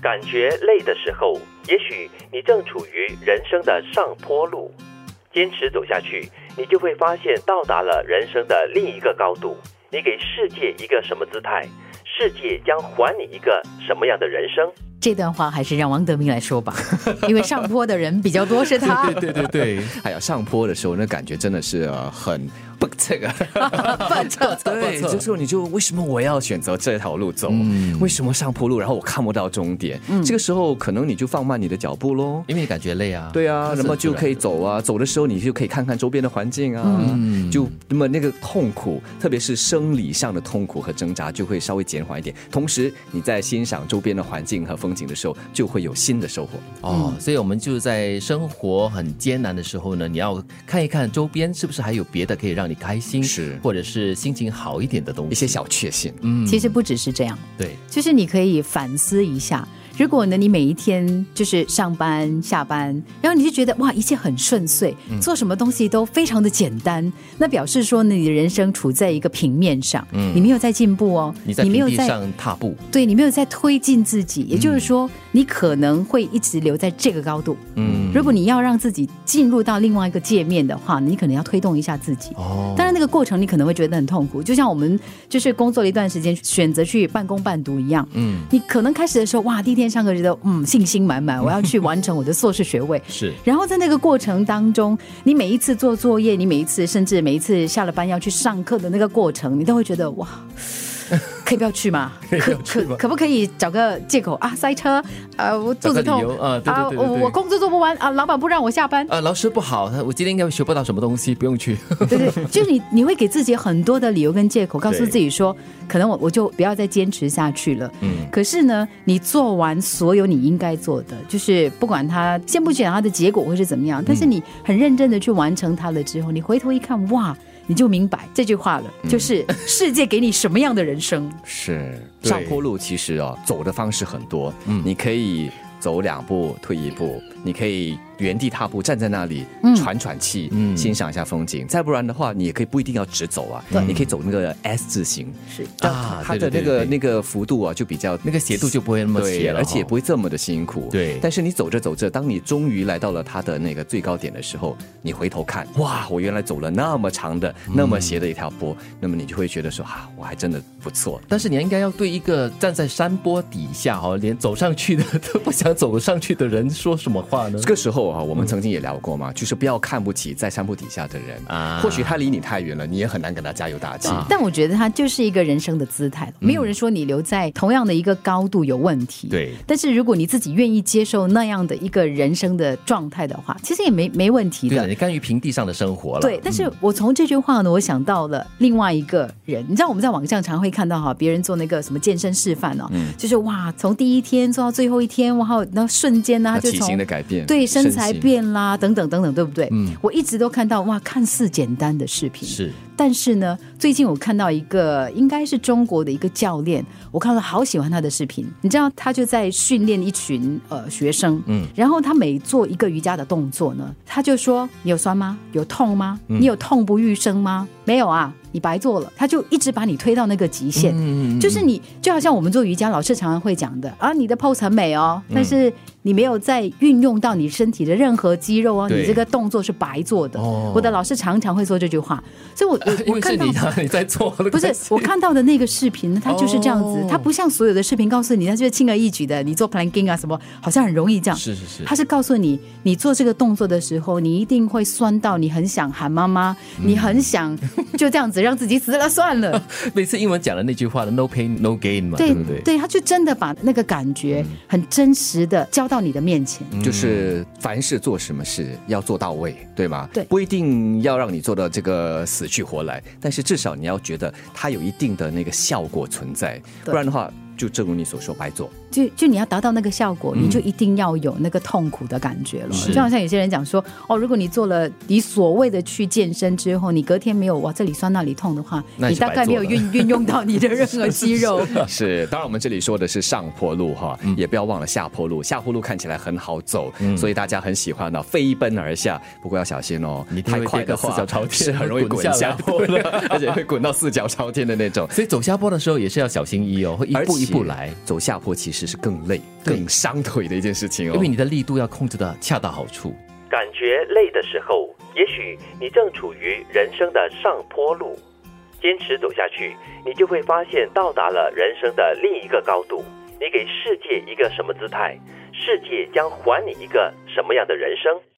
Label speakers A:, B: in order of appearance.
A: 感觉累的时候，也许你正处于人生的上坡路，坚持走下去，你就会发现到达了人生的另一个高度。你给世界一个什么姿态，世界将还你一个什么样的人生？
B: 这段话还是让王德明来说吧， 因为上坡的人比较多是 他。
C: 对对对， 哎呀，上坡的时候那感觉真的是、呃、很不这个，
B: 不错，
C: 对，这时候你就为什么我要选择这条路走？为什么上坡路，然后我看不到终点？这个时候可能你就放慢你的脚步喽。
D: 因为你感觉累啊。
C: 对啊，
D: 是
C: 那么就可以走啊，走的时候你就可以看看周边的环境啊，就那么那个痛苦，特别是生理上的痛苦和挣扎，就会稍微减缓一点。同时你在欣赏周边的环境和风景的时候，就会有新的收获。
D: 哦，所以我们就在生活很艰难的时候呢，你要看一看周边是不是还有别的可以让你开心，
C: 是
D: 或者是心情好一点的东西。
C: 一些小确幸，
D: 嗯
B: 其实不只是这样，
D: 对，
B: 就是你可以反思一下，如果呢你每一天就是上班下班，然后你就觉得哇一切很顺遂，
D: 嗯
B: 做什么东西都非常的简单，那表示说呢你的人生处在一个平面上，你没有在进步哦，
D: 嗯你在
B: 没
D: 平
B: 有
D: 地
B: 在
D: 上踏步，
B: 对你没有在推进自己，
D: 嗯
B: 也就是说，你可能会一直留在这个高度。
D: 嗯
B: 如果你要让自己进入到另外一个界面的话，你可能要推动一下自己。
D: 哦，
B: 当然，那个过程你可能会觉得很痛苦，就像我们就是工作了一段时间，选择去半工半读一样。
D: 嗯，
B: 你可能开始的时候，哇，第一天上课觉得嗯信心满满，我要去完成我的硕士学位。
D: 是
B: 然后在那个过程当中，你每一次做作业，你每一次甚至每一次下了班要去上课的那个过程，你都会觉得 哇。可以不要去吗？可可可不可以找个借口啊？塞车，呃，我肚子
D: 找个
B: 痛
D: 理由啊对对对对
B: 我
D: 对
B: 我工作做不完啊，老板不让我下班，
D: 啊，老师不好，我今天应该学不到什么东西，不用去。
B: 对对，就是你你会给自己很多的理由跟借口，告诉
D: 对
B: 自己说，可能我我就不要再坚持下去了。嗯，可是呢，你做完所有你应该做的，就是不管它先不讲它的结果会是怎么样，但
D: 嗯
B: 是你很认真的去完成它了之后，你回头一看，哇，你就明白这句话了，
D: 嗯
B: 就是世界给你什么样的人 生。
C: 是
D: 对
C: 上坡路，其实哦，走的方式很多。嗯，你可以走两步退一步，你可以原地踏步站在那里、喘喘气，
D: 嗯
C: 欣赏一下风景。再不然的话，你也可以不一定要直走啊，你可以走那个 S 字形，
B: 是
D: 啊
C: 它的
D: 对对
C: 那
D: 对
C: 个
D: 对
C: 那个幅度啊就比较
D: 那个斜度就不会那么
C: 对
D: 斜了哈，哦
C: 而且也不会这么的辛苦。
D: 对
C: 但是你走着走着，当你终于来到了它的那个最高点的时候，你回头看，哇，我原来走了那么长的、那
D: 嗯
C: 么斜的一条坡，那么你就会觉得说啊，我还真的不错。
D: 但是你应该要对一个站在山坡底下哦，连走上去的 都不想走上去的人说什么话呢
C: 这？个时候啊，我们曾经也聊过嘛，就是不要看不起在山坡底下的人
D: 啊
C: 或许他离你太远了，你也很难给他加油打气。
B: 但我觉得它就是一个人生的姿态了，没有人说你留在同样的一个高度有问题。
D: 嗯对
B: 但是如果你自己愿意接受那样的一个人生的状态的话，其实也没没问题
D: 对了，
B: 的。
D: 你甘于平地上的生活了。
B: 对，但
C: 嗯
B: 是我从这句话呢，我想到了另外一个人。你知道我们在网上常会看到哈，别人做那个什么健身示范哦，
C: 嗯
B: 就是哇，从第一天做到最后一天，哇，然后瞬间呢，他
C: 那
B: 啊就
C: 体型
B: 从
C: 的改变，
B: 对身材
C: 形，嗯
B: 变啦，等等等等，对不对？我一直都看到哇，看似简单的视频，
D: 是
B: 但是呢，最近我看到一个应该是中国的一个教练，我看了好喜欢他的视频。你知道，他就在训练一群呃学生，嗯，然后他每做一个瑜伽的动作呢，他就说：“你有酸吗？有痛吗？你有痛不欲生吗？没有啊，你白做了。”他就一直把你推到那个极限，就是你就好像我们做瑜伽，老师常常会讲的啊，你的 pose 很美哦，但是你没有在运用到你身体的任何肌肉哦，
D: 对
B: 你这个动作是白做的。
D: 哦
B: 我的老师常常会说这句话，所以我我
D: 因
B: 我
D: 为
B: 看
D: 是
B: 到
D: 你啊，你在做，
B: 不是我看到的那个视 频，它就是这样子，
D: 哦
B: 它不像所有的视频告诉你，它就是轻而易举的，你做 planking 啊什么，好像很容易这样。
D: 是是是
B: 它是告诉你，你做这个动作的时候，你一定会酸到你很想喊妈妈，
D: 嗯
B: 你很想 就这样子让自己死了算 了。
D: 每次英文讲的那句话的 “no pain no gain” 嘛，
B: 对
D: 不对？嗯
B: 对，他就真的把那个感觉很真实的交到你的面前。
C: 就是凡事做什么事要做到位，对吗？
B: 对
C: 不一定要让你做到这个死去活来，但是至少你要觉得它有一定的那个效果存在，
B: 对
C: 不然的话，就正如你所说，白做。
B: 就就你要达到那个效果，你就一定要有那个痛苦的感觉了。
D: 嗯是
B: 就好像有些人讲说，哦，如果你做了你所谓的去健身之后，你隔天没有哇这里酸那里痛的话，
D: 那
B: 你
D: 你就
B: 大概没有
D: 白做了
B: 运运用到你的任何肌肉。
C: 是，当然我们这里说的是上坡路哈，
D: 嗯
C: 也不要忘了下坡路。下坡路看起来很好走，所以大家很喜欢呢，飞奔而下。不过要小心哦，
D: 你一定
C: 太
D: 会
C: 快
D: 跌
C: 的
D: 得
C: 话
D: 四脚朝天
C: 是很容易滚
D: 滚下
C: 下
D: 来
C: 坡的， 而且会滚到四脚朝天的那种。
D: 所以走下坡的时候也是要小心翼翼哦，会一
C: 而
D: 步一步
C: 且
D: 来。
C: 走下坡其实实是更累、
D: 对
C: 更伤腿的一件事情哦。
D: 因为你的力度要控制的恰到好处。
A: 感觉累的时候，也许你正处于人生的上坡路，坚持走下去，你就会发现到达了人生的另一个高度。你给世界一个什么姿态，世界将还你一个什么样的人生？